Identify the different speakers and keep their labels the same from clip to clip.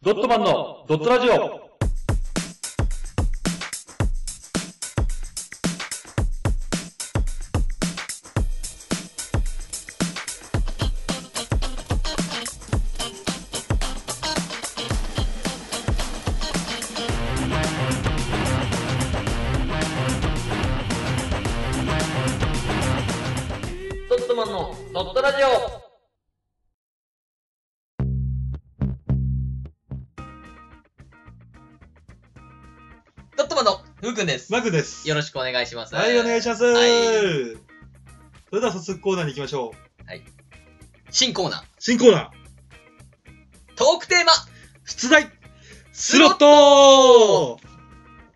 Speaker 1: ドットマンのドットラジオ
Speaker 2: ドットマンのドットラジオドットマンのふうくんです。
Speaker 3: マグです。
Speaker 2: よろしくお願いします。
Speaker 3: はい、お願いします。
Speaker 2: はい
Speaker 3: それでは早速コーナーに行きましょう。
Speaker 2: 新コーナー、
Speaker 3: 新コーナー、
Speaker 2: トークテーマ、
Speaker 3: 出題ス
Speaker 2: ロ
Speaker 3: ロ
Speaker 2: ッ
Speaker 3: ット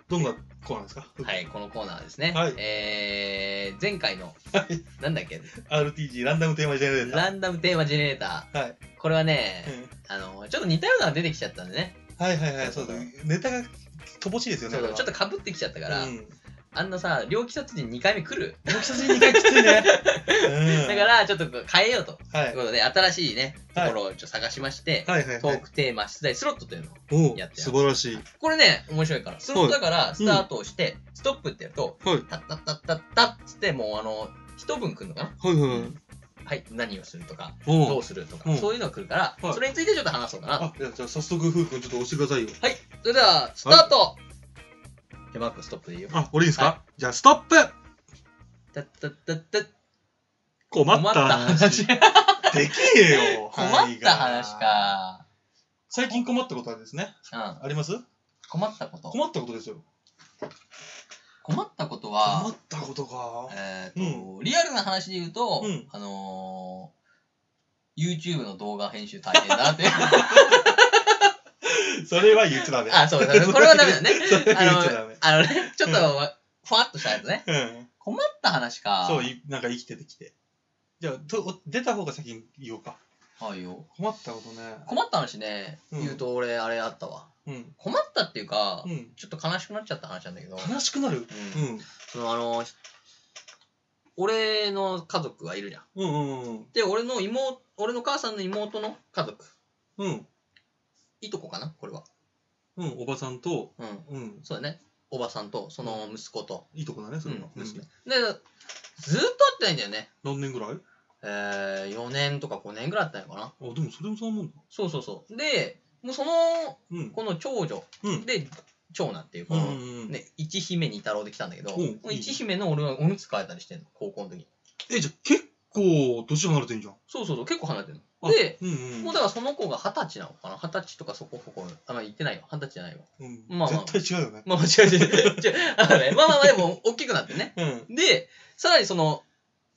Speaker 3: どんなコーナーですか
Speaker 2: はい、このコーナーですね。
Speaker 3: はい
Speaker 2: えー、前回の、 なんだっけ、
Speaker 3: ?RTG、ランダムテーマジェネレータ
Speaker 2: ランダムテーマジェネレータ
Speaker 3: ー。はい。
Speaker 2: ー。これは
Speaker 3: う
Speaker 2: ね、
Speaker 3: ん
Speaker 2: あの、ちょっと似たようなのが出てきちゃったんでね。
Speaker 3: はいはいはい、そうだね。ネタが乏しいですよ
Speaker 2: ち
Speaker 3: ね、
Speaker 2: ょ
Speaker 3: これは。
Speaker 2: っと被ってきちゃったから、
Speaker 3: うん。
Speaker 2: あんなさ、猟奇殺人2回目来 る、
Speaker 3: 僕写真2回き ついね。うん。
Speaker 2: だか、ら、ちょっと変えようと。
Speaker 3: は
Speaker 2: とい
Speaker 3: い。
Speaker 2: うことで、新しいね、と
Speaker 3: はい
Speaker 2: ころをちょっと探しまして、
Speaker 3: はいはい
Speaker 2: ト
Speaker 3: は
Speaker 2: ー
Speaker 3: い。
Speaker 2: クテーマ、出題スロットというのを。
Speaker 3: おう
Speaker 2: やって
Speaker 3: 素晴らしい。
Speaker 2: これね、面白いから。スロットだから、スタートをして、ストップってやると、
Speaker 3: はい。
Speaker 2: タッタッタッタッタッつって、もうあの、一文くんのかな
Speaker 3: はいはい。
Speaker 2: はい、何をするとか、ど
Speaker 3: お
Speaker 2: う
Speaker 3: う
Speaker 2: するとか
Speaker 3: う、ん
Speaker 2: そういうのが来るか
Speaker 3: は
Speaker 2: ら、
Speaker 3: い
Speaker 2: それについてちょっと話そうかな。
Speaker 3: あ、じゃあじゃあ早速、ふうくんちょっと押してくださいよ。
Speaker 2: はい、それでは、スタート手マークストップでいいよ。
Speaker 3: あ、俺いいです
Speaker 2: は
Speaker 3: かじゃあ、ストップ
Speaker 2: タッタッタッタッ
Speaker 3: 困った話。
Speaker 2: 困っ
Speaker 3: できねえよ。
Speaker 2: た話 困った話か。
Speaker 3: 最近困ったことあるんですね。
Speaker 2: うん、
Speaker 3: あります
Speaker 2: 困ったこと。
Speaker 3: 困ったことですよ。
Speaker 2: 困ったこと
Speaker 3: 困
Speaker 2: は
Speaker 3: っ、たことか。
Speaker 2: えーと、リアルな話で言うと、
Speaker 3: うん
Speaker 2: あのー、YouTube の動画編集大変だなって。
Speaker 3: それは言っちゃダメ。
Speaker 2: あ、そうだ、これはダメだね。
Speaker 3: それは
Speaker 2: あ
Speaker 3: 言っちゃダ
Speaker 2: の
Speaker 3: メ、。
Speaker 2: あのね、ちょっと、ふわっとしたやつね。
Speaker 3: うん。
Speaker 2: 困った話か。
Speaker 3: そう、いなんか生きててきて。じゃあ、とお出た方が先に言おうか。
Speaker 2: はいよ。
Speaker 3: 困ったことね。
Speaker 2: 困った話ね、
Speaker 3: うん
Speaker 2: 言うと俺、あれあったわ。
Speaker 3: うん。
Speaker 2: 困ったっていうか、
Speaker 3: うん。
Speaker 2: ちょっと悲しくなっちゃった話なんだけど、
Speaker 3: 悲しくなる
Speaker 2: う
Speaker 3: うんん。
Speaker 2: そのあの、俺の家族がいるじゃん。
Speaker 3: うんうんうん。
Speaker 2: で、俺の妹、俺の母さんの妹の家族、
Speaker 3: うん。
Speaker 2: いとこかな、これは。
Speaker 3: うん。おばさんと、
Speaker 2: うん。
Speaker 3: うん。
Speaker 2: そうだね。おばさんと、その息子と、
Speaker 3: いいとこだね、それは。
Speaker 2: うん娘。
Speaker 3: うん
Speaker 2: で、ずーっと会ってないんだよね。
Speaker 3: 何年ぐらいあ、
Speaker 2: えー、4年とか5年ぐらいあったのかな。
Speaker 3: でもそれもそうなんだ。
Speaker 2: そうそうそう。で、もうその、
Speaker 3: うん。
Speaker 2: この長女
Speaker 3: うん。
Speaker 2: で、長男っていう、
Speaker 3: う
Speaker 2: こ
Speaker 3: ん
Speaker 2: の、
Speaker 3: うんうん。
Speaker 2: ね、一姫二太郎で来たんだけど、
Speaker 3: おう
Speaker 2: この一姫の俺はおむつ替えたりしてんの、高校の時に。
Speaker 3: え、じゃあ結構年離れてんじゃん。
Speaker 2: そうそうそう、結構離れてるの。
Speaker 3: あ
Speaker 2: で、、
Speaker 3: うんうん、
Speaker 2: もうだからその子が二十歳なのかな二十歳とかそこそこ、あ、まあ言ってないよ。二十歳じゃないよ。
Speaker 3: うん
Speaker 2: まあまあ
Speaker 3: 絶対違うよね。
Speaker 2: まあ違う違う違う。違うあのね、まあまあまあでも、大きくなってね。
Speaker 3: うん。
Speaker 2: で、さらにその、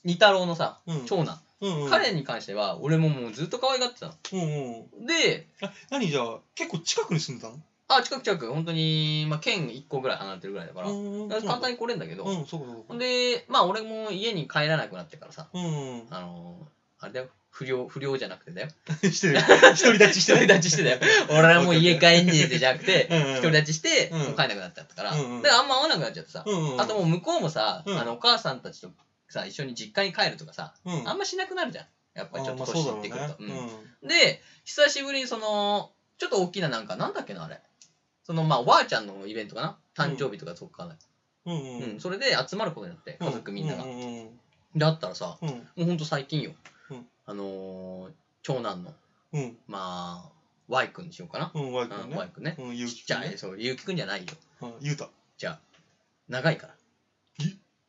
Speaker 2: 二太郎のさ、
Speaker 3: うん
Speaker 2: 長男。
Speaker 3: うんうん、
Speaker 2: 彼に関しては、俺ももうずっと可愛がってたの。
Speaker 3: うんうん。
Speaker 2: で、
Speaker 3: あ、何じゃあ、結構近くに住んでたの
Speaker 2: あ、近く近く、本当に、まあ、県1個ぐらい離れてるぐらいだから、
Speaker 3: うん
Speaker 2: だから簡単に来れんだけ
Speaker 3: う
Speaker 2: ど、
Speaker 3: ん、そうかそうか。
Speaker 2: で、まあ、俺も家に帰らなくなってからさ、
Speaker 3: うんうん。
Speaker 2: あのー、あれだよ、不良、不良じゃなくてだよ。
Speaker 3: してる。独り立ち
Speaker 2: 一
Speaker 3: して
Speaker 2: 人
Speaker 3: る。
Speaker 2: 立ちしてだよ。俺はもう家帰んねえぜじゃなくて、
Speaker 3: うんうん
Speaker 2: 一人立ちして、
Speaker 3: うん
Speaker 2: もう帰んなくなっちゃったから、
Speaker 3: うんうん
Speaker 2: で、あんま会わなくなっちゃってさ、
Speaker 3: うんうん。
Speaker 2: あともう向こうもさ、
Speaker 3: うん
Speaker 2: あの、お母さんたちとさ、一緒に実家に帰るとかさ、
Speaker 3: うん、うん、
Speaker 2: あんましなくなるじゃん。やっぱちょっと
Speaker 3: あまあ
Speaker 2: 年
Speaker 3: そう
Speaker 2: 取ってくる
Speaker 3: だろ
Speaker 2: と。
Speaker 3: う
Speaker 2: うん
Speaker 3: ね。
Speaker 2: で、久しぶりにその、ちょっと大きななんか、なんだっけな、あれ。その、まあ、おばあちゃんのイベントかな誕生日とかそっかね。
Speaker 3: うん。う
Speaker 2: うん
Speaker 3: うん
Speaker 2: ん、。それで集まることになって、家族みんなが
Speaker 3: う。んうん
Speaker 2: で、会ったらさ、
Speaker 3: うん。うん
Speaker 2: もうほんと最近よ
Speaker 3: うん。
Speaker 2: あのー、長男の、
Speaker 3: うん。
Speaker 2: まあ、Y 君にしようかな。
Speaker 3: うん、ワイ
Speaker 2: う
Speaker 3: 君
Speaker 2: ん、
Speaker 3: ね
Speaker 2: Y。君ね。
Speaker 3: うん、ゆう
Speaker 2: ち
Speaker 3: き
Speaker 2: っち
Speaker 3: くん
Speaker 2: ゃ
Speaker 3: ね
Speaker 2: い、そう、ゆうきくんじゃないよ。
Speaker 3: うん、ゆうた。
Speaker 2: じゃあ、長いから。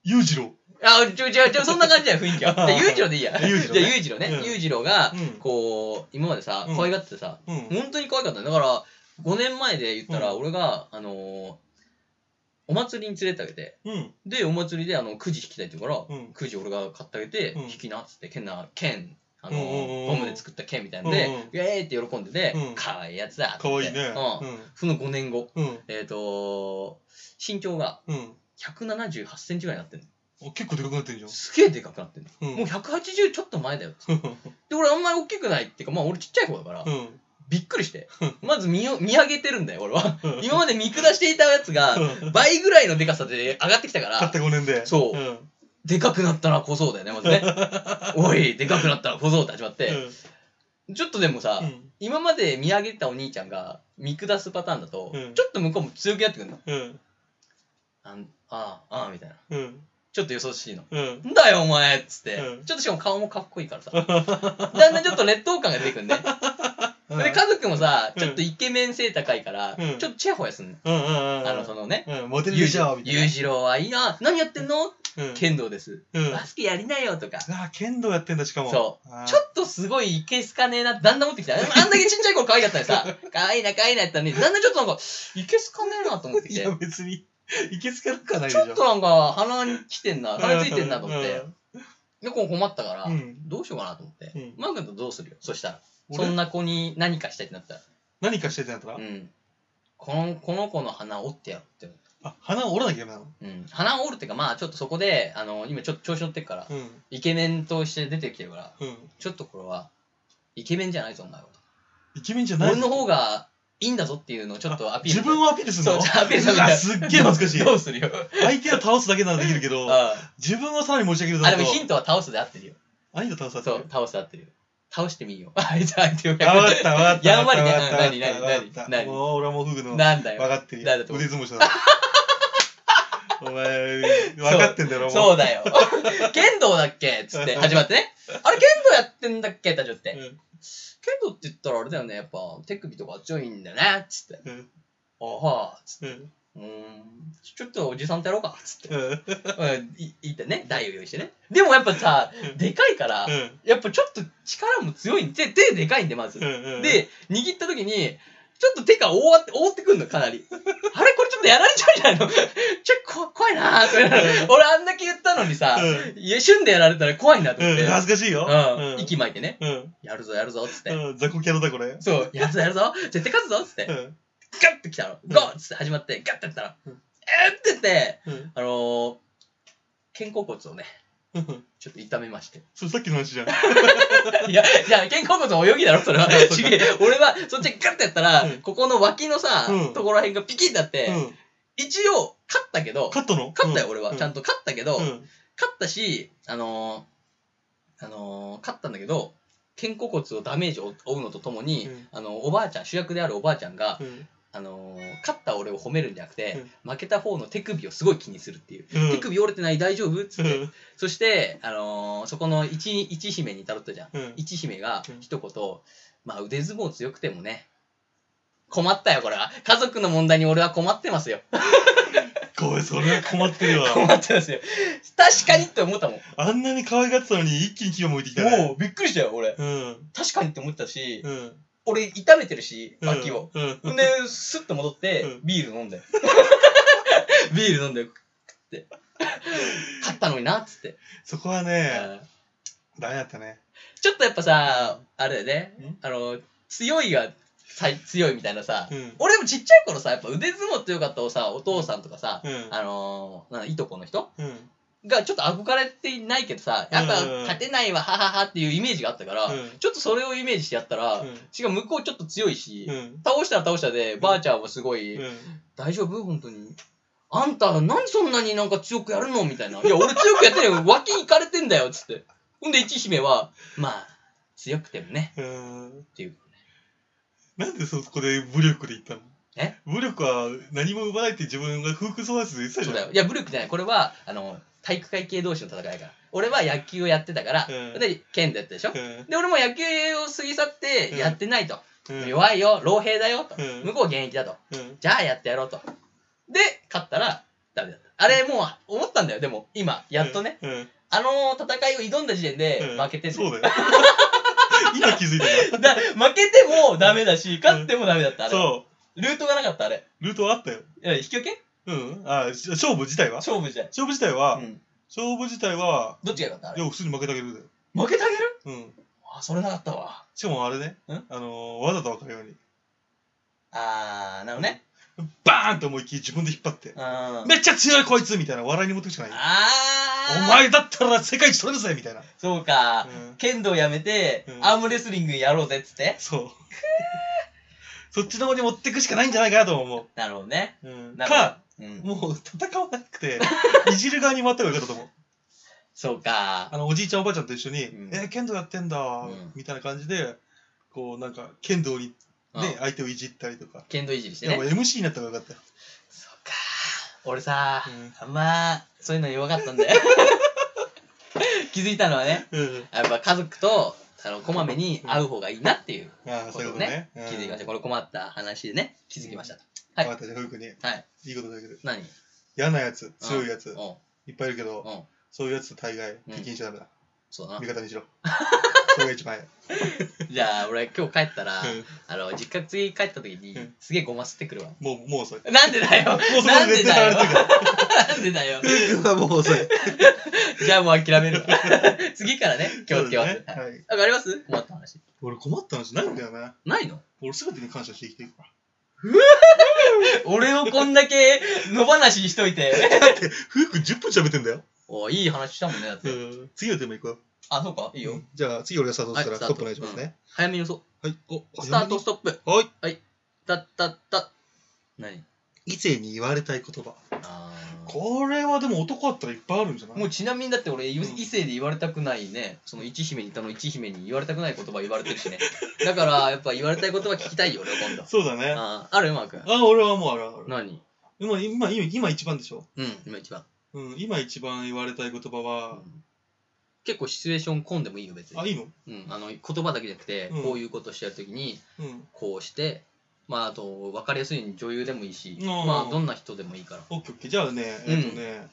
Speaker 3: ゆうじろ
Speaker 2: あ、ちょ、ち ょ、ちょ、そんな感じじゃん、雰囲気は。で、ゆうじろでいいや。
Speaker 3: う。ゆうじろ
Speaker 2: じ
Speaker 3: ね。
Speaker 2: ゃあ、裕次郎ね
Speaker 3: う。ん
Speaker 2: 裕次郎が
Speaker 3: うん、
Speaker 2: こう、今までさ、
Speaker 3: うん
Speaker 2: 可愛がっててさ、
Speaker 3: うん。うん
Speaker 2: 本当に可愛かったのだから、5年前で言ったら、
Speaker 3: う
Speaker 2: 俺が、あのー、お祭りに連れてあげて、
Speaker 3: うん。
Speaker 2: で、お祭りで、あの、くじ引きたいって言うか
Speaker 3: う
Speaker 2: ら
Speaker 3: ん、
Speaker 2: くじ俺が買ってあげて
Speaker 3: うん、
Speaker 2: 引きなっつって、剣な、剣、あ
Speaker 3: うんうんうんう
Speaker 2: の、
Speaker 3: ん
Speaker 2: ゴムで作った剣みたいなんで
Speaker 3: うんうん、
Speaker 2: イエーイって喜んでて
Speaker 3: うん、
Speaker 2: 可愛いやつだっつって。
Speaker 3: かわいいね。
Speaker 2: うん。その5年後、
Speaker 3: うん。うん。
Speaker 2: えっと、身長が
Speaker 3: うん。
Speaker 2: 178センチぐらいになってん
Speaker 3: お結構でかくなってんじ
Speaker 2: の。
Speaker 3: ゃ
Speaker 2: すげえでかくなってんの。
Speaker 3: ん。うん。
Speaker 2: もう180ちょっと前だよ。
Speaker 3: う
Speaker 2: で、俺あんまり大きくないっていうか、まあ俺ちっちゃい方だから、
Speaker 3: ん。
Speaker 2: びっくりして。まず見を見上げてるんだよ、俺は。
Speaker 3: うん
Speaker 2: 今まで見下していたやつが、
Speaker 3: うん
Speaker 2: 倍ぐらいのでかさで上がってきたか
Speaker 3: たっ
Speaker 2: ら、
Speaker 3: た5年で。
Speaker 2: そう
Speaker 3: うん。
Speaker 2: でかくなったら小僧だよね、まずね。おい、でかくなったら小僧って始まって、ちょっとでもさ、
Speaker 3: うん。
Speaker 2: 今まで見上げてたお兄ちゃんが見下すパターンだと、
Speaker 3: うん
Speaker 2: ちょっと向こうも強気になってくるの。
Speaker 3: うん。
Speaker 2: あんああ、ああ、みたいな。
Speaker 3: うん。
Speaker 2: ちょっとよそしいの。
Speaker 3: うん。
Speaker 2: んだよ、お前っつって、
Speaker 3: うん
Speaker 2: ちょっとしかも顔もかっこいいからさ。だんだんちょっと劣等感が出てくるね。
Speaker 3: うん。
Speaker 2: で、家族もさ、
Speaker 3: うん
Speaker 2: ちょっとイケメン性高いから、
Speaker 3: うん
Speaker 2: ちょっとチヤホヤすんの。
Speaker 3: うんうんうんうん。
Speaker 2: あの、そのね。
Speaker 3: うん。モデルじゃんみたいな。
Speaker 2: 裕次郎はいいな。何やってんの、
Speaker 3: うん。
Speaker 2: 剣道です。
Speaker 3: うん。
Speaker 2: バスケやりなよとか。
Speaker 3: あ、剣道やってんだ、しかも。。
Speaker 2: そうちょっとすごいいけすかねえなってだんだん思っ てきた。あんだけちっちゃい頃可愛かったのにさ、可愛いな可愛いなって言ったのに、だんだんちょっとなんか、いけすかねえなと思ってき
Speaker 3: い
Speaker 2: て
Speaker 3: や、。別に、いけつかなくはないで
Speaker 2: ち
Speaker 3: しょ。
Speaker 2: ょっとなんか鼻に来てんな、
Speaker 3: うん、
Speaker 2: 鼻についてんなと思って。で、こう困ったから、
Speaker 3: うん。
Speaker 2: どうしようかなと思って
Speaker 3: うん。
Speaker 2: マー君とどうするよ。そしたら。そ
Speaker 3: 俺
Speaker 2: んな子に何かしたいってなったら。
Speaker 3: 何かしてたんやったら、
Speaker 2: うん。この、この子の鼻を折ってやろうって思っ
Speaker 3: あ、鼻を折らなきゃダメなの。
Speaker 2: た。うん。鼻を折るっていうか、まあちょっとそこで、あの、今ちょっと調子乗ってるから、
Speaker 3: うん。
Speaker 2: イケメンとして出てきてるから、
Speaker 3: うん。
Speaker 2: ちょっとこれは、イケメンじゃないぞ、お前は。
Speaker 3: イケメンじゃない
Speaker 2: 俺の方がいいんだぞっていうのをちょっとアピール。
Speaker 3: 自分をアピールする
Speaker 2: そう
Speaker 3: の
Speaker 2: じゃあアピールする
Speaker 3: うわすっげえ難しい。
Speaker 2: どうするよ。
Speaker 3: 相手を倒すだけならできるけど、
Speaker 2: あ
Speaker 3: 自分をさらに持ち上げる
Speaker 2: あ、でもヒ
Speaker 3: ヒ
Speaker 2: ン
Speaker 3: ン
Speaker 2: トは倒すで合ってるよ。
Speaker 3: 相手を倒すだけ。
Speaker 2: そう、倒すで合ってるよ。倒してみよう。あ いつ相手を
Speaker 3: あ、わかった、わかった。
Speaker 2: やんわりね
Speaker 3: わかった
Speaker 2: うん何何
Speaker 3: わかった
Speaker 2: 何何
Speaker 3: もう俺はもうフグの。わ
Speaker 2: なんだよ。
Speaker 3: かってるよ
Speaker 2: 誰だ。と思う
Speaker 3: 腕相撲したの。お前、わかってんだろ、
Speaker 2: そううだよ。 剣道だっけつって始まってね。あれ剣道やってんだっけって始まって。剣
Speaker 3: ん
Speaker 2: 道って言ったらあれだよね。やっぱ手首とか強いんだよね。つって。
Speaker 3: うん
Speaker 2: あはつって。
Speaker 3: うん
Speaker 2: うーん。ちょっとおじさんとやろうか。つって。
Speaker 3: うん
Speaker 2: うん。いいってね。台を用意してね。でもやっぱさ、でかいから、
Speaker 3: うん
Speaker 2: やっぱちょっと力も強いんで、手でかいんで、まず。
Speaker 3: うんうん、
Speaker 2: で、握った時に、ちょっと手が覆って、覆ってくんの、かなり。あれこれちょっとやられちゃうんじゃないの ちょっとこ怖いなーとか言いながら俺あんだけ言ったのにさ、
Speaker 3: う
Speaker 2: いや旬でやられたら怖いなと
Speaker 3: ん、
Speaker 2: 思っ
Speaker 3: うん、
Speaker 2: て。
Speaker 3: 恥ずかしいよ。
Speaker 2: う。
Speaker 3: うん
Speaker 2: 息巻いてね。
Speaker 3: うん、
Speaker 2: やるぞ、やるぞ、つって。
Speaker 3: うん、雑魚キャラだ、これ。
Speaker 2: そう、やるぞ、やるぞ、絶対勝つぞ、つって
Speaker 3: う。ん、
Speaker 2: ガッて来たの。
Speaker 3: ん
Speaker 2: ゴーっつって始まって、ガッてやったら、えー
Speaker 3: うん
Speaker 2: って言って、
Speaker 3: うん
Speaker 2: あのー、肩甲骨をね、
Speaker 3: うん。
Speaker 2: ちょっと痛めまして。
Speaker 3: それさっきの話じゃん。
Speaker 2: いや、いや、肩甲骨の泳ぎだろ、それは。
Speaker 3: そうか
Speaker 2: 違え俺は、そっちガッてやったら、
Speaker 3: うん
Speaker 2: ここの脇のさ、
Speaker 3: うん
Speaker 2: ところらへんがピキッてなって、
Speaker 3: うん。
Speaker 2: 一応、勝ったけど、
Speaker 3: 勝ったの
Speaker 2: 勝ったよ、俺は。ちゃんと
Speaker 3: と。
Speaker 2: 勝ったけど、
Speaker 3: う
Speaker 2: 勝
Speaker 3: ん。
Speaker 2: ったし、あのー、あのー、勝ったんだけど、肩甲骨をダメージを負うのとともに、
Speaker 3: うん
Speaker 2: あの、おばあちゃん、主役であるおばあちゃんが、
Speaker 3: うん
Speaker 2: あのー、勝った俺を褒めるんじゃなくて、負けた方の手首をすごい気にするっていう。
Speaker 3: うん。
Speaker 2: 手首折れてない大丈夫つ
Speaker 3: う
Speaker 2: って。
Speaker 3: ん。
Speaker 2: そして、あのー、そこの一、一姫にたどったじゃん。
Speaker 3: うん。
Speaker 2: 一姫が
Speaker 3: うん
Speaker 2: 一言、まあ腕相撲強くてもね、困ったよ、これは。家族の問題に俺は困ってますよ。
Speaker 3: ごめん、それは困ってるわ。
Speaker 2: 困ってますよ。確かにって思ったもん。
Speaker 3: あんなに可愛がってたのに一気に気が向いてきたね。
Speaker 2: もうびっくりしたよ、俺。
Speaker 3: うん。
Speaker 2: 確かにって思ったし、
Speaker 3: うん。
Speaker 2: 俺痛めてるし、
Speaker 3: うん
Speaker 2: 脇を。。
Speaker 3: うん。
Speaker 2: んで、スッと戻って
Speaker 3: う、ん
Speaker 2: ビール飲ん で。ビール飲んで、食って。勝ったのにな、っつって。
Speaker 3: そこはね、ダメだったね。
Speaker 2: ちょっとやっぱさ、あれだよね
Speaker 3: ん。
Speaker 2: あの、強いがさ強いみたいなさ、
Speaker 3: うん。
Speaker 2: 俺でもちっちゃい頃さ、やっぱ腕相撲強かったおさ、お父さんとかさ、
Speaker 3: うん。
Speaker 2: あのー、なんだいとこの人
Speaker 3: うん。
Speaker 2: がちょっと憧れてないけどさ、やっぱ
Speaker 3: うん
Speaker 2: 勝てないわ、はははっていうイメージがあったから、
Speaker 3: うん
Speaker 2: ちょっとそれをイメージしてやったら、
Speaker 3: うん
Speaker 2: しかも向こうちょっと強いし、
Speaker 3: うん。
Speaker 2: 倒したら倒したで、ばあちゃんもすごい、
Speaker 3: うん。
Speaker 2: 大丈夫本当に。あんた、なんでそんなになんか強くやるのみたいな。いや、俺強くやってないよ。脇行かれてんだよ。つって。ほんで、一姫は、まあ、強くてもね。
Speaker 3: うん。
Speaker 2: っていう。
Speaker 3: なんでそこで武力で言ったの
Speaker 2: え
Speaker 3: 武力は何も生まないって自分が不服そうなやつで言ってたじ
Speaker 2: そう
Speaker 3: ゃ。
Speaker 2: んだよ。いや、武力じゃない。これは、あの、体育会系同士の戦いだから。俺は野球をやってたから、
Speaker 3: うん
Speaker 2: で、剣でやったでしょ、
Speaker 3: うん
Speaker 2: で、俺も野球を過ぎ去って、やってないと。
Speaker 3: うん。
Speaker 2: 弱いよ、老兵だよ、と。
Speaker 3: うん
Speaker 2: 向こう現役だと。
Speaker 3: うん。
Speaker 2: じゃあやってやろうと。で、勝ったら、ダメだった。あれ、もう、思ったんだよ。でも、今、やっとね、
Speaker 3: うん。うん。
Speaker 2: あの戦いを挑んだ時点で、負けてんだよ
Speaker 3: そうだよ。今気づいたよ
Speaker 2: だ負けてもダメだし、勝ってもダメだった、あれ。
Speaker 3: そ
Speaker 2: ルートがなかった、あれ。
Speaker 3: う。ルートはあったよ。
Speaker 2: いや引き分け
Speaker 3: うん。あ、し勝負自体は
Speaker 2: 勝負じゃん。
Speaker 3: 勝負自体は、
Speaker 2: うん。
Speaker 3: 勝負自体は、
Speaker 2: どっちが勝ったあ
Speaker 3: い
Speaker 2: れ。
Speaker 3: や、普通に負けてあげるだよ。
Speaker 2: 負けてあげる
Speaker 3: うん。
Speaker 2: あ、それなかったわ。
Speaker 3: しかもあれね、
Speaker 2: ん
Speaker 3: あのー、わざと分かるように、
Speaker 2: あー、なるほどね。
Speaker 3: バーンと思いっきり自分で引っ張って
Speaker 2: う、ん。あ
Speaker 3: めっちゃ強いこいつみたいな笑いに持ってくしかない。
Speaker 2: ー。
Speaker 3: お前だったら世界一取れるぜみたいな。
Speaker 2: そうか
Speaker 3: う。ん。
Speaker 2: 剣道やめて、
Speaker 3: うん
Speaker 2: アームレスリングやろうぜっつって。
Speaker 3: そう。そっちの方に持ってくしかないんじゃないかなと思
Speaker 2: なるほどね。
Speaker 3: う。うん。
Speaker 2: なるほ
Speaker 3: か、
Speaker 2: ど。うん。
Speaker 3: もう戦わな くて、いじる側に回った方がよかったと思う。
Speaker 2: そうか。
Speaker 3: あの、おじいちゃんおばあちゃんと一緒に、
Speaker 2: うん
Speaker 3: えー剣道やってんだ
Speaker 2: うん、
Speaker 3: みたいな感じで、こうなんか剣道に
Speaker 2: うん
Speaker 3: ね相手をいじったりとか
Speaker 2: 剣道いじりし
Speaker 3: い
Speaker 2: て
Speaker 3: や
Speaker 2: ね
Speaker 3: もう MC になった方がよかっ
Speaker 2: そっか俺さ
Speaker 3: たよ、
Speaker 2: あんまそういうの弱かったんだ よ気づいたのはね
Speaker 3: うんうん
Speaker 2: やっぱ家族とあのこまめに会う方がいいなっていう
Speaker 3: ああそういうことね
Speaker 2: 気づきましたこ
Speaker 3: れ
Speaker 2: れ困った話でね気づきましたとはい
Speaker 3: 分かったじゃあふうくんに
Speaker 2: はい
Speaker 3: いいことだけど
Speaker 2: 何
Speaker 3: 嫌なやつ強いやつ
Speaker 2: うん
Speaker 3: いっぱいいるけど
Speaker 2: うん
Speaker 3: そういうやつと大概敵にしちゃダメだ
Speaker 2: そう だな
Speaker 3: 味方に しろそれが一番いい
Speaker 2: じゃあ俺今日帰ったらあの実家次帰った時に
Speaker 3: うん
Speaker 2: すげえごま吸ってくるわ
Speaker 3: もうもう遅い
Speaker 2: なんでだよ
Speaker 3: もうそこ
Speaker 2: な
Speaker 3: で
Speaker 2: んで
Speaker 3: 絶対
Speaker 2: だよ
Speaker 3: 離れてるか
Speaker 2: なんでだよ
Speaker 3: らもう遅い
Speaker 2: じゃあもう諦め るわ次からね気をつけます
Speaker 3: そうだね
Speaker 2: はい
Speaker 3: はい
Speaker 2: ああります困った話
Speaker 3: 俺困った話ないんだよね
Speaker 2: ないの
Speaker 3: 俺全てに感謝して生きてるから
Speaker 2: 俺をこんだけ野放しにしといて
Speaker 3: ふうくん10分喋ってんだよ
Speaker 2: おいい話したもんねだって
Speaker 3: 次のテーマいこう
Speaker 2: あそうかいいよ
Speaker 3: じゃあ次俺がスタートし
Speaker 2: は
Speaker 3: たら
Speaker 2: い
Speaker 3: ストップお願いしますね
Speaker 2: 早めに予想
Speaker 3: はいお
Speaker 2: スタートストップ
Speaker 3: はい
Speaker 2: たったった何
Speaker 3: 異性に言われたい言葉
Speaker 2: あー
Speaker 3: これはでも男あったらいっぱいあるんじゃない
Speaker 2: もうちなみにだって俺異
Speaker 3: ん
Speaker 2: 異性で言われたくないねその一姫にいたの一姫に言われたくない言葉言われてるしねだからやっぱ言われたい言葉聞きたいよ俺は今度
Speaker 3: そうだねあ
Speaker 2: あーあるうまくん
Speaker 3: 俺はもうあるある
Speaker 2: 何
Speaker 3: 今今今今一番でしょ、
Speaker 2: うん今一番
Speaker 3: うん、今一番言われたい言葉は、
Speaker 2: 結構シチュエーション込んでもいいよ別に
Speaker 3: あいいの
Speaker 2: うん、あの言葉だけじゃなくて、
Speaker 3: うん
Speaker 2: こういうことしてる時に
Speaker 3: うん
Speaker 2: こうしてまああと分かりやすいように女優でもいいし
Speaker 3: うん
Speaker 2: まあどんな人でもいいから
Speaker 3: オッケーオッケーじゃあね
Speaker 2: うん
Speaker 3: えっとね、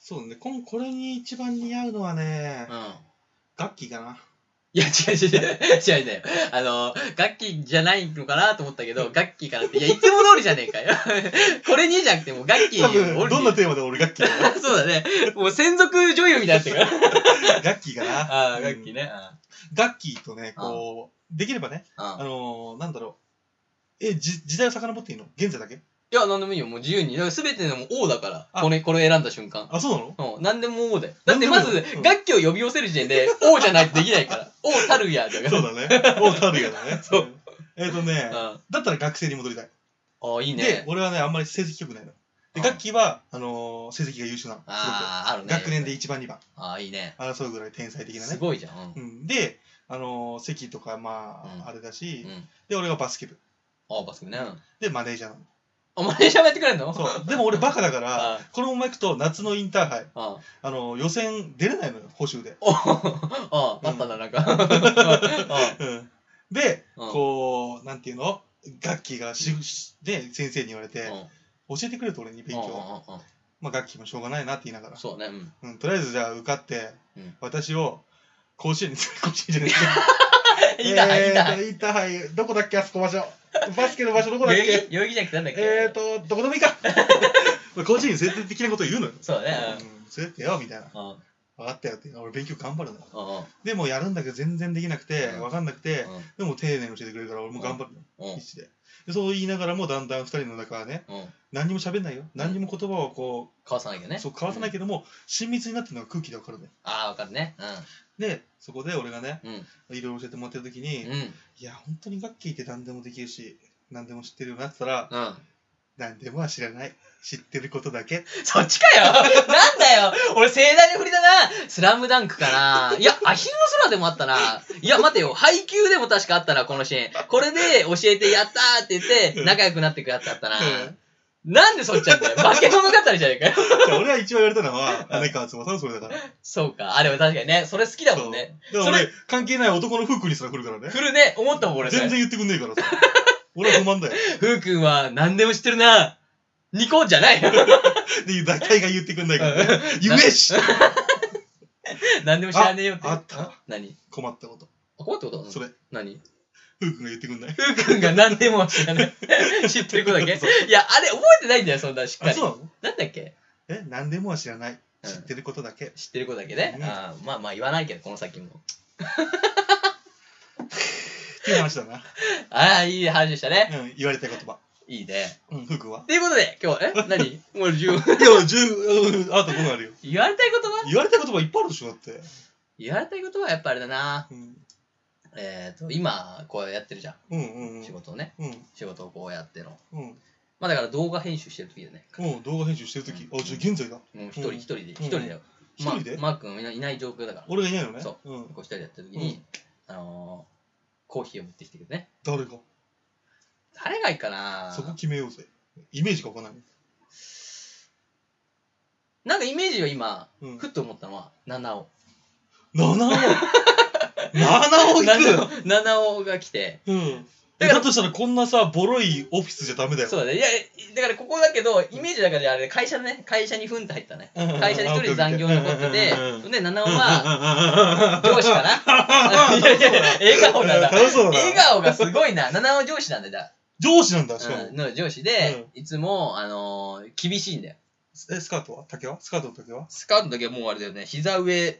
Speaker 3: そうねこんこれに一番似合うのはね、
Speaker 2: うん
Speaker 3: 楽器かない
Speaker 2: や、違う違う違う。違う違う。あの、楽器じゃないのかなと思ったけど、楽器かなって。いや、いつも通りじゃねえかよ。 これにじゃなくて、もう楽器
Speaker 3: 多分どんな
Speaker 2: 手
Speaker 3: テーマでも俺 楽器だよ
Speaker 2: そうだね。もう専属女優みたいになって るから。
Speaker 3: 楽器かな
Speaker 2: ああ、楽器ね。
Speaker 3: 楽器とねこうできればね
Speaker 2: うん。
Speaker 3: あ
Speaker 2: うん
Speaker 3: のー、なんだろうえじ時代を遡っていいの現在だけ
Speaker 2: いや、なんでもいいよ。もう自由に。だから全てのもう王だから。
Speaker 3: あ
Speaker 2: これ、これ選んだ瞬間。
Speaker 3: あそうな の
Speaker 2: うん。なんでも王だよ。だってま
Speaker 3: なん
Speaker 2: ず
Speaker 3: でもいいよう、ん
Speaker 2: 楽器を呼び寄せる時点で、王じゃないとできない から。王たるや。だから。
Speaker 3: そうだね。もうタルヤだね。。
Speaker 2: そうん
Speaker 3: えっ、とね、
Speaker 2: うん。
Speaker 3: だったら学生に戻りたい。
Speaker 2: ああ、いい
Speaker 3: で
Speaker 2: ね、。
Speaker 3: 俺はね、あんまり成績良くないの。
Speaker 2: うん
Speaker 3: で、楽器は、あのー成績が優秀なの。すごく
Speaker 2: ああ、あるね。
Speaker 3: 学年で。1番、2番、
Speaker 2: ああ、いいね。
Speaker 3: 争うぐらい天才的な
Speaker 2: す
Speaker 3: ね。
Speaker 2: ごいじゃん。う
Speaker 3: うんん、で、あのー席とか、まあ、
Speaker 2: うん
Speaker 3: あれだし、
Speaker 2: うん。
Speaker 3: で、俺がバスケ部。
Speaker 2: ああ、バスケね。うん
Speaker 3: で、マネージャーなの。
Speaker 2: お前喋ってくれんの
Speaker 3: そう。でも俺バカだか
Speaker 2: あ
Speaker 3: ら、このまま行くと夏のインターハイ、
Speaker 2: あ
Speaker 3: あのー予選出れないのよ、補修で。
Speaker 2: あああったな、なんか。
Speaker 3: うん。で、
Speaker 2: うん
Speaker 3: こう、なんていうの楽器がし、しで、先生に言われて、
Speaker 2: うん
Speaker 3: 教えてくれと俺に勉強。
Speaker 2: うんうんうん
Speaker 3: まあ、楽器もしょうがないなって言いながら、
Speaker 2: そうね、うん。
Speaker 3: うん、とりあえずじゃあ受かって、
Speaker 2: うん
Speaker 3: 私を甲子園 に甲子園じゃない
Speaker 2: いいだ、いいだ。
Speaker 3: えーとインターハイどこだっけあそこ場所バスケの場所どこだっ
Speaker 2: 代々
Speaker 3: け
Speaker 2: 木代々木じゃなくてなんだっけ
Speaker 3: えーとどこでもい いかまあ甲子園に全然的なこと言うのよ、
Speaker 2: そうだね。
Speaker 3: うん、そうやってよみたいな
Speaker 2: うん。うんうん
Speaker 3: 分かったよって俺勉強頑張るの
Speaker 2: う
Speaker 3: よ
Speaker 2: ん
Speaker 3: でもやるんだけど全然できなくて
Speaker 2: うん
Speaker 3: 分かんなくて、でも丁寧に教えてくれるから俺も頑張るのよ、
Speaker 2: うん
Speaker 3: 必死ででそう言いながらもだんだん2人の中はね
Speaker 2: うん。
Speaker 3: 何にも喋んないよ何にも言葉をこ
Speaker 2: かわさなきゃ
Speaker 3: う、
Speaker 2: ね。
Speaker 3: そう交わさない
Speaker 2: ゃ。
Speaker 3: けども、親密になってるのが空気で分かるのよ
Speaker 2: ああ、わかるね。
Speaker 3: でそこで俺がね
Speaker 2: うん。うん。
Speaker 3: いろいろ教えてもらってる時に、
Speaker 2: う
Speaker 3: い
Speaker 2: ん。
Speaker 3: や本当に楽器って何でもできるし何でも知ってるよなって言ったら、
Speaker 2: うん。
Speaker 3: 何でもは知らない知ってることだけ
Speaker 2: そっちか よなんだよ俺盛大に振りだなスラムダンクか ないや、アヒルの空でもあったないや、待てよ配給でも確かあったな、このシーン。これで教えてやったーって言って、仲良くなってくやつあったな
Speaker 3: うん
Speaker 2: なんでそっちなん だよ化け物語じゃねえかよ
Speaker 3: じゃあ俺は一番言われたのは姉川翼のそれだから
Speaker 2: そうか。あ、でも確かにね、それ好きだもんね。
Speaker 3: そうだ
Speaker 2: そ
Speaker 3: から
Speaker 2: れ
Speaker 3: 俺関係ない男のフークにすら来るからね
Speaker 2: フルね、思ったもん俺
Speaker 3: 全
Speaker 2: ね。
Speaker 3: 然言ってくんねえからさ 俺は不満だよ
Speaker 2: ふうくんは何でも知ってるなニコンじゃないよ
Speaker 3: で大体が言ってくんないから、 ね、ゆえし
Speaker 2: 何でも知らねえよって。
Speaker 3: ああった
Speaker 2: 何
Speaker 3: 困ったこと
Speaker 2: あ、こうってこと
Speaker 3: それ
Speaker 2: 何
Speaker 3: フークが言ってくんない
Speaker 2: ふうくんが何でも知ら ない。知ってることだけ。
Speaker 3: そう
Speaker 2: いや、あれ覚えてないんだよ、そんなしっか
Speaker 3: あ
Speaker 2: り。
Speaker 3: そうなの
Speaker 2: なんだっけ
Speaker 3: え何でもは知らない
Speaker 2: うん
Speaker 3: 知ってることだけ、
Speaker 2: 知ってることだけね。
Speaker 3: うん
Speaker 2: あーまあまあ言わないけど、この先も。
Speaker 3: っていう話だな、
Speaker 2: ああ、いい話でしたね。
Speaker 3: うん、言われたい言葉、
Speaker 2: いいね。
Speaker 3: うん、フークは
Speaker 2: ということで、今日、え何もう10
Speaker 3: いや十うんあと5分あるよ
Speaker 2: 言われたい言葉
Speaker 3: 言われたい言葉いっぱいあるでしょだって、
Speaker 2: 言われたい言葉はやっぱあれだな。
Speaker 3: うん、
Speaker 2: えっ、と、今、こうやってるじゃ
Speaker 3: うんうんうん
Speaker 2: ん。仕事をね。
Speaker 3: うん
Speaker 2: 仕事をこうやっての。
Speaker 3: うん
Speaker 2: まあだから動画編集してる時だね。
Speaker 3: うん動画編集してる時あじゃあ現在だ
Speaker 2: もう一人
Speaker 3: うん
Speaker 2: 一人で、一人だよ。
Speaker 3: 一人で
Speaker 2: まマー君いないいない状況だから。
Speaker 3: 俺がいないのね
Speaker 2: そ
Speaker 3: うん
Speaker 2: こう一人でやってる時に、あのーコーヒーを持ってきてくれね。
Speaker 3: 誰が
Speaker 2: 誰がいいかな
Speaker 3: そこ決めようぜイメージがわかない、
Speaker 2: なんかイメージを今、
Speaker 3: うん、
Speaker 2: ふっと思ったのは、七尾。
Speaker 3: 七尾七尾行く
Speaker 2: 七尾が来て、
Speaker 3: うん
Speaker 2: だ
Speaker 3: だ
Speaker 2: から
Speaker 3: としたらこんなさボロいオフィスじゃダメだよ
Speaker 2: そうだね。いや、だからここだけど、イメージだからあれ、会社ね、会社にふんって入ったね。会社に一人で残業残ってて、で、七尾は、
Speaker 3: は
Speaker 2: 上司か ないやいやいや、笑顔がだ。
Speaker 3: 楽しそうだな
Speaker 2: 笑顔がすごいな。七尾上司なんだよだ。
Speaker 3: 上司なんだしかも、
Speaker 2: うん、の上司で、いつも、あのー厳しいんだよ。
Speaker 3: えスカートは竹はスカートの竹は
Speaker 2: スカートだけはもうあれだよね、膝上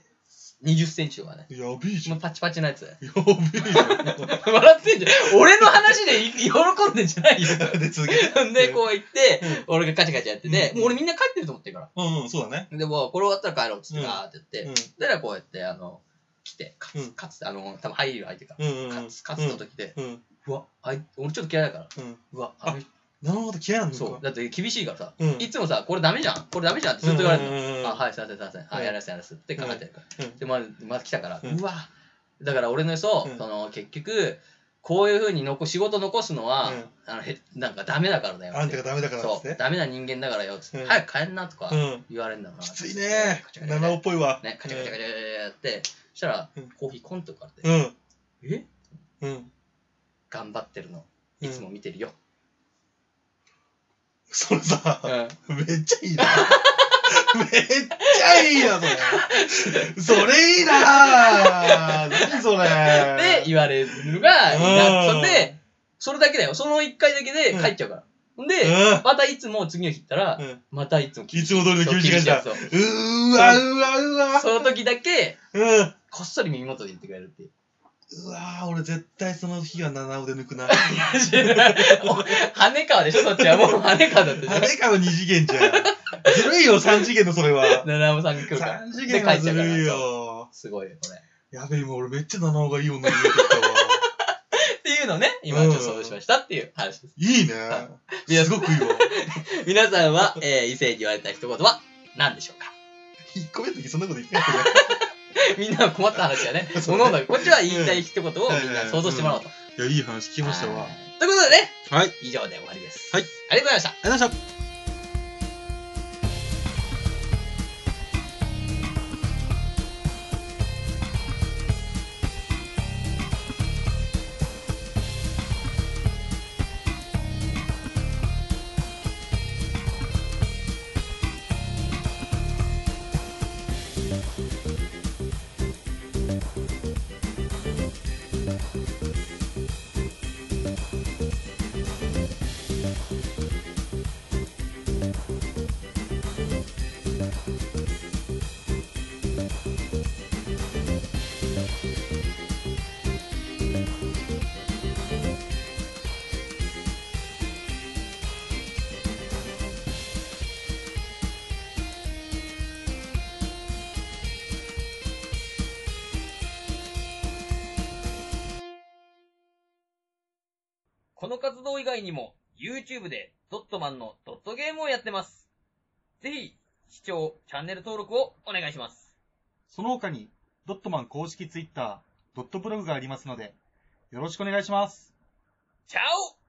Speaker 2: 20センチとかね。
Speaker 3: やべえじゃ
Speaker 2: も
Speaker 3: ん
Speaker 2: うパチパチのやつ。
Speaker 3: やべえじゃ
Speaker 2: 笑ってんじゃん。俺の話でい喜んでんじゃないよ。
Speaker 3: んで続けて
Speaker 2: ほんで、こう言って、
Speaker 3: う
Speaker 2: 俺がカチャカチャやってて、
Speaker 3: うん
Speaker 2: もう俺みんな帰ってると思ってるか
Speaker 3: んうんそうだね
Speaker 2: ら。でも、これ終わったら帰ろうっつって、
Speaker 3: うん
Speaker 2: ガーって言って、
Speaker 3: う
Speaker 2: そしたらこうやって、あの、来て、カ
Speaker 3: う
Speaker 2: ツ
Speaker 3: ん
Speaker 2: カツって、あの、多分入る相手が、
Speaker 3: んうんうん
Speaker 2: カツカツの時で、
Speaker 3: うん
Speaker 2: うわ、あい俺ちょっと嫌いだから、
Speaker 3: うん
Speaker 2: うわ、あの人、
Speaker 3: なるほど嫌いなんですか
Speaker 2: そう、だって厳しいからさ、
Speaker 3: うん
Speaker 2: いつもさ、これダメじゃん、これダメじゃんってずっと言われるの。
Speaker 3: の
Speaker 2: あ、はい、すいません、すいません、
Speaker 3: う
Speaker 2: は
Speaker 3: ん
Speaker 2: い、やらせやらせって考えてるから。
Speaker 3: うん
Speaker 2: で、まず、まず来たから、
Speaker 3: うん
Speaker 2: うわ、だから俺の予想、
Speaker 3: うん
Speaker 2: その、結局、こういうふうに残仕事残すのは、
Speaker 3: うん
Speaker 2: あのへなんかダメだからだよ。
Speaker 3: あんたがダメだからっつっ
Speaker 2: そう
Speaker 3: て、
Speaker 2: ダメな人間だからよ、つって、
Speaker 3: うん
Speaker 2: 早く帰んなとか
Speaker 3: うん
Speaker 2: 言われるんだろうな。
Speaker 3: きついね
Speaker 2: カチャカチャ
Speaker 3: 七尾っぽいわ
Speaker 2: ね、カチャカチャカチャカチャやって、そしたら
Speaker 3: うん、
Speaker 2: コーヒーコンとかって、
Speaker 3: うん
Speaker 2: え
Speaker 3: うん
Speaker 2: 頑張ってるの、いつも見てるよ。
Speaker 3: それさ
Speaker 2: うん
Speaker 3: めっちゃいいな。 めっちゃいいな、それ。それいいな。何そ
Speaker 2: で
Speaker 3: れ。
Speaker 2: 言われるのが、
Speaker 3: うん
Speaker 2: なそれで、それだけだよ。その一回だけで帰っちゃうから。で、
Speaker 3: う
Speaker 2: またいつも次の日行ったら、
Speaker 3: ん。うん
Speaker 2: またいつも
Speaker 3: いつも通りの厳しい感じだ。
Speaker 2: そう
Speaker 3: ーわ、うわ、うわ。
Speaker 2: その時だけ、
Speaker 3: うん。う
Speaker 2: こっそり耳元で言ってくれるっていう。
Speaker 3: わ、俺絶対その日は七尾で抜く な。
Speaker 2: 羽川でしょそっちはもう羽川だって
Speaker 3: あれかは二次元じゃん。ずるいよ、三次元のそれは。
Speaker 2: 七尾さんが来るから。
Speaker 3: 三次元はずるいよ。
Speaker 2: すごいよ、これ。
Speaker 3: やべえ、今俺めっちゃ七尾がいい女に見えてきたわ。
Speaker 2: っていうのをね、今ちょっと想像しましたっていう話です。
Speaker 3: いいね。
Speaker 2: いや
Speaker 3: すごくいいわ。
Speaker 2: 皆さんは、えー異性に言われた一言は何でしょうか
Speaker 3: 一個目の時そんなこと言ってないよね。
Speaker 2: みんなは困った話だね。
Speaker 3: そ
Speaker 2: お
Speaker 3: うね
Speaker 2: のおのこっちは言いたい一言をみんな想像してもらおうと。
Speaker 3: いや、いい話聞きましたわ
Speaker 2: は。いということでね、
Speaker 3: はい。
Speaker 2: 以上で終わりです。
Speaker 3: はい。
Speaker 2: ありがとうございました。
Speaker 3: ありがとうございました。
Speaker 2: この活動以外にも、YouTube でドットマンのドットゲームをやってます。ぜひ、視聴、チャンネル登録をお願いします。
Speaker 4: その他に、ドットマン公式ツイッター、ドットブログがありますので、よろしくお願いします。
Speaker 2: チャオ